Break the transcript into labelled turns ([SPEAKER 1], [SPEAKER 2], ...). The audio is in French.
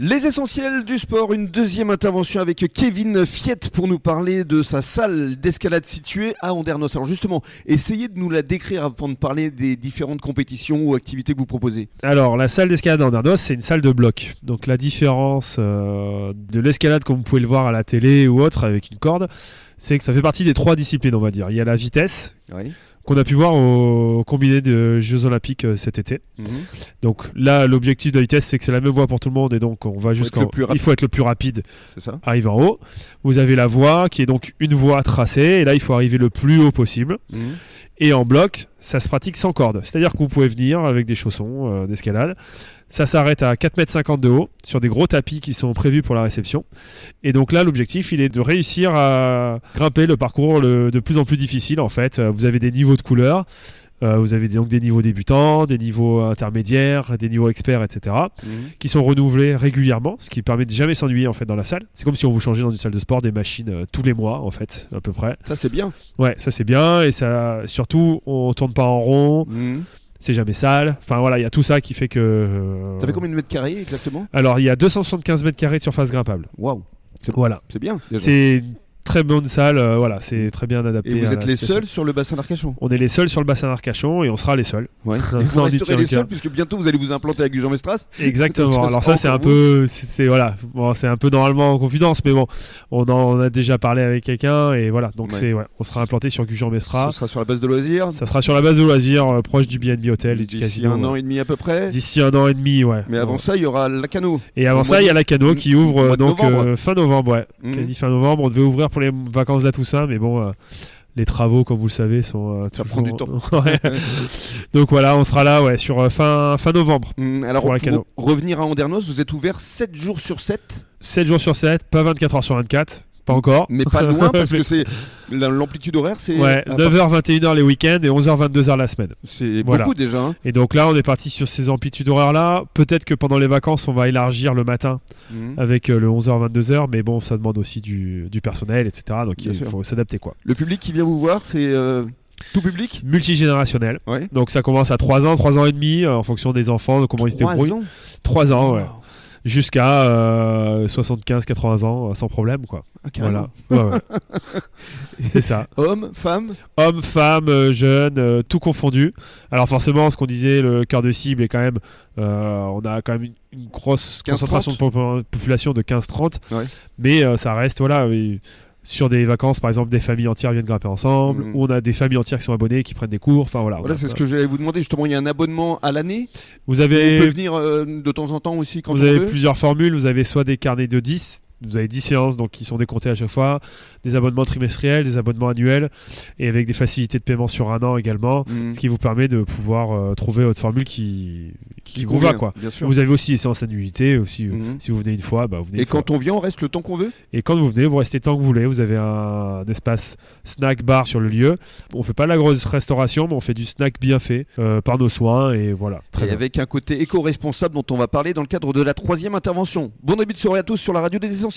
[SPEAKER 1] Les essentiels du sport, une deuxième intervention avec Kevin Fiette pour nous parler de sa salle d'escalade située à Andernos. Alors justement, essayez de nous la décrire avant de parler des différentes compétitions ou activités que vous proposez.
[SPEAKER 2] Alors, la salle d'escalade Andernos, c'est une salle de bloc. Donc la différence euh, de l'escalade comme vous pouvez le voir à la télé ou autre avec une corde, c'est que ça fait partie des trois disciplines, on va dire. Il y a la vitesse,
[SPEAKER 1] Oui.
[SPEAKER 2] qu'on a pu voir au combiné de Jeux Olympiques euh, cet été.
[SPEAKER 1] Mhm.
[SPEAKER 2] Donc là, l'objectif de la vitesse, c'est que c'est la même voie pour tout le monde et donc on va
[SPEAKER 1] être
[SPEAKER 2] jusqu'en.
[SPEAKER 1] le plus rapide.
[SPEAKER 2] Il faut être le plus rapide,
[SPEAKER 1] C'est ça
[SPEAKER 2] arrive en haut. Vous avez la voie qui est donc une voie tracée et là, il faut arriver le plus haut possible. Et en bloc, ça se pratique sans corde. C'est-à-dire que vous pouvez venir avec des chaussons euh, d'escalade. Ça s'arrête à 4,50 m de haut sur des gros tapis qui sont prévus pour la réception. Et donc là, l'objectif, il est de réussir à grimper le parcours le- de plus en plus difficile. En fait, Euh, vous avez des niveaux de couleurs. euh, vous avez donc des niveaux débutants, des niveaux intermédiaires, des niveaux experts, etc., qui sont renouvelés régulièrement, ce qui permet de jamais s'ennuyer en fait dans la salle. C'est comme si on vous changeait dans une salle de sport des machines euh, tous les mois, en fait, à peu près.
[SPEAKER 1] Ça c'est bien.
[SPEAKER 2] Ouais, ça c'est bien et ça surtout on tourne pas en rond, c'est jamais sale. Enfin voilà, il y a tout ça qui fait que. euh,
[SPEAKER 1] Ça fait combien de mètres carrés exactement
[SPEAKER 2] Alors il y a 275 mètres carrés de surface grimpable.
[SPEAKER 1] Waouh,
[SPEAKER 2] Voilà,
[SPEAKER 1] c'est bien.
[SPEAKER 2] c'est une très bonne salle. euh, voilà, c'est très bien adapté.
[SPEAKER 1] Et vous
[SPEAKER 2] à
[SPEAKER 1] êtes
[SPEAKER 2] la
[SPEAKER 1] les
[SPEAKER 2] situation.
[SPEAKER 1] seuls sur le bassin d'Arcachon.
[SPEAKER 2] On est les seuls sur le bassin d'Arcachon et on sera les seuls.
[SPEAKER 1] Ouais.
[SPEAKER 2] Dans
[SPEAKER 1] vous
[SPEAKER 2] du
[SPEAKER 1] resterez les
[SPEAKER 2] Tirol-Cœur.
[SPEAKER 1] seuls puisque bientôt vous allez vous implanter avec Jean Mestras.
[SPEAKER 2] Exactement.
[SPEAKER 1] Je
[SPEAKER 2] Alors
[SPEAKER 1] sais pas
[SPEAKER 2] ça c'est un
[SPEAKER 1] encore
[SPEAKER 2] peu, c'est c'est- voilà, bon, c'est un peu normalement en confidence, mais bon, on en on a déjà parlé avec quelqu'un et voilà, donc
[SPEAKER 1] Ouais.
[SPEAKER 2] c'est ouais, on sera implanté sur Gujan-Mestra.
[SPEAKER 1] Ce sera sur la base de loisirs.
[SPEAKER 2] Ça sera sur la base de loisirs, euh, proche du BNB Hotel et du
[SPEAKER 1] D'ici
[SPEAKER 2] casino.
[SPEAKER 1] un
[SPEAKER 2] ouais.
[SPEAKER 1] an et demi à peu près.
[SPEAKER 2] D'ici un an et demi, ouais.
[SPEAKER 1] Mais avant
[SPEAKER 2] Ouais.
[SPEAKER 1] ça, il y aura la cano.
[SPEAKER 2] Et
[SPEAKER 1] au
[SPEAKER 2] avant
[SPEAKER 1] mois
[SPEAKER 2] ça, il y a la cano qui ouvre
[SPEAKER 1] au mois
[SPEAKER 2] euh,
[SPEAKER 1] de
[SPEAKER 2] donc
[SPEAKER 1] novembre.
[SPEAKER 2] euh, fin novembre, ouais.
[SPEAKER 1] Mhm.
[SPEAKER 2] Quasi fin novembre. On devait ouvrir pour les vacances de la Toussaint, mais bon, euh, les travaux, comme vous le savez, sont euh,
[SPEAKER 1] Ça
[SPEAKER 2] toujours-
[SPEAKER 1] prend du temps.
[SPEAKER 2] Ouais. donc voilà, on sera là, ouais, sur euh, fin, fin novembre.
[SPEAKER 1] Hum, Alors,
[SPEAKER 2] Pour la
[SPEAKER 1] pour
[SPEAKER 2] cano.
[SPEAKER 1] revenir à Andernos, vous êtes ouvert 7 jours sur 7,
[SPEAKER 2] 7 jours sur 7, pas 24 heures sur 24, pas encore.
[SPEAKER 1] mais pas loin parce que c'est la- l'amplitude horaire, c'est
[SPEAKER 2] Ouais,
[SPEAKER 1] à
[SPEAKER 2] 9h, 21h les week-ends et 11h, 22h la semaine.
[SPEAKER 1] part- c'est
[SPEAKER 2] voilà.
[SPEAKER 1] beaucoup déjà. hein.
[SPEAKER 2] Et donc là, on est parti sur ces amplitudes horaires-là. Peut-être que pendant les vacances, on va élargir le matin
[SPEAKER 1] Hum.
[SPEAKER 2] avec euh, le 11h 22h mais bon ça demande aussi du, du personnel etc donc
[SPEAKER 1] Bien
[SPEAKER 2] il
[SPEAKER 1] sûr.
[SPEAKER 2] faut s'adapter quoi
[SPEAKER 1] Le public qui vient vous voir, c'est euh, tout public
[SPEAKER 2] multigénérationnel
[SPEAKER 1] Ouais.
[SPEAKER 2] donc ça commence à 3 ans 3 ans et demi euh, en fonction des enfants de comment ils se
[SPEAKER 1] Trois
[SPEAKER 2] débrouillent
[SPEAKER 1] ans
[SPEAKER 2] 3 ans ouais.
[SPEAKER 1] Wow.
[SPEAKER 2] jusqu'à 75 80 ans euh, sans problème quoi
[SPEAKER 1] Ah, carrément.
[SPEAKER 2] voilà Ouais, ouais. c'est ça
[SPEAKER 1] Hommes, femmes,
[SPEAKER 2] hommes femmes euh, jeunes euh, tout confondu alors forcément ce qu'on disait le cœur de cible est quand même euh, on a quand même une, une grosse
[SPEAKER 1] 15-30.
[SPEAKER 2] concentration de popu- population de 15 30
[SPEAKER 1] Ouais.
[SPEAKER 2] mais euh, ça reste voilà euh, sur des vacances par exemple des familles entières viennent grimper ensemble
[SPEAKER 1] Mhm.
[SPEAKER 2] ou on a des familles entières qui sont abonnées qui prennent des cours enfin voilà,
[SPEAKER 1] voilà,
[SPEAKER 2] on a-
[SPEAKER 1] c'est ce que j'allais vous demander. Justement, il y a un abonnement à l'année.
[SPEAKER 2] bah, vous
[SPEAKER 1] On peut
[SPEAKER 2] avez
[SPEAKER 1] venir euh, de temps en temps aussi quand
[SPEAKER 2] vous
[SPEAKER 1] on
[SPEAKER 2] avez
[SPEAKER 1] veut.
[SPEAKER 2] plusieurs formules vous avez soit des carnets de 10 vous avez 10 séances donc qui sont décomptées à chaque fois des abonnements trimestriels des abonnements annuels et avec des facilités de paiement sur un an également
[SPEAKER 1] Hum.
[SPEAKER 2] ce qui vous permet de pouvoir euh, trouver votre formule qui, qui, vous va.
[SPEAKER 1] convient,
[SPEAKER 2] Quoi.
[SPEAKER 1] Bien sûr.
[SPEAKER 2] Vous avez aussi les séances annuités. Aussi, euh,
[SPEAKER 1] Mhm.
[SPEAKER 2] Si vous venez une fois, bah, vous venez
[SPEAKER 1] Et
[SPEAKER 2] une fois.
[SPEAKER 1] quand on vient, on reste le temps qu'on veut.
[SPEAKER 2] Et quand vous venez, vous restez tant que vous voulez. Vous avez un, un espace snack bar sur le lieu. On fait pas de la grosse restauration, mais on fait du snack bien fait euh, par nos soins. Et voilà, très
[SPEAKER 1] et
[SPEAKER 2] bien.
[SPEAKER 1] avec un côté éco-responsable dont on va parler dans le cadre de la troisième intervention. Bon début de soirée à tous sur la radio des essentiels.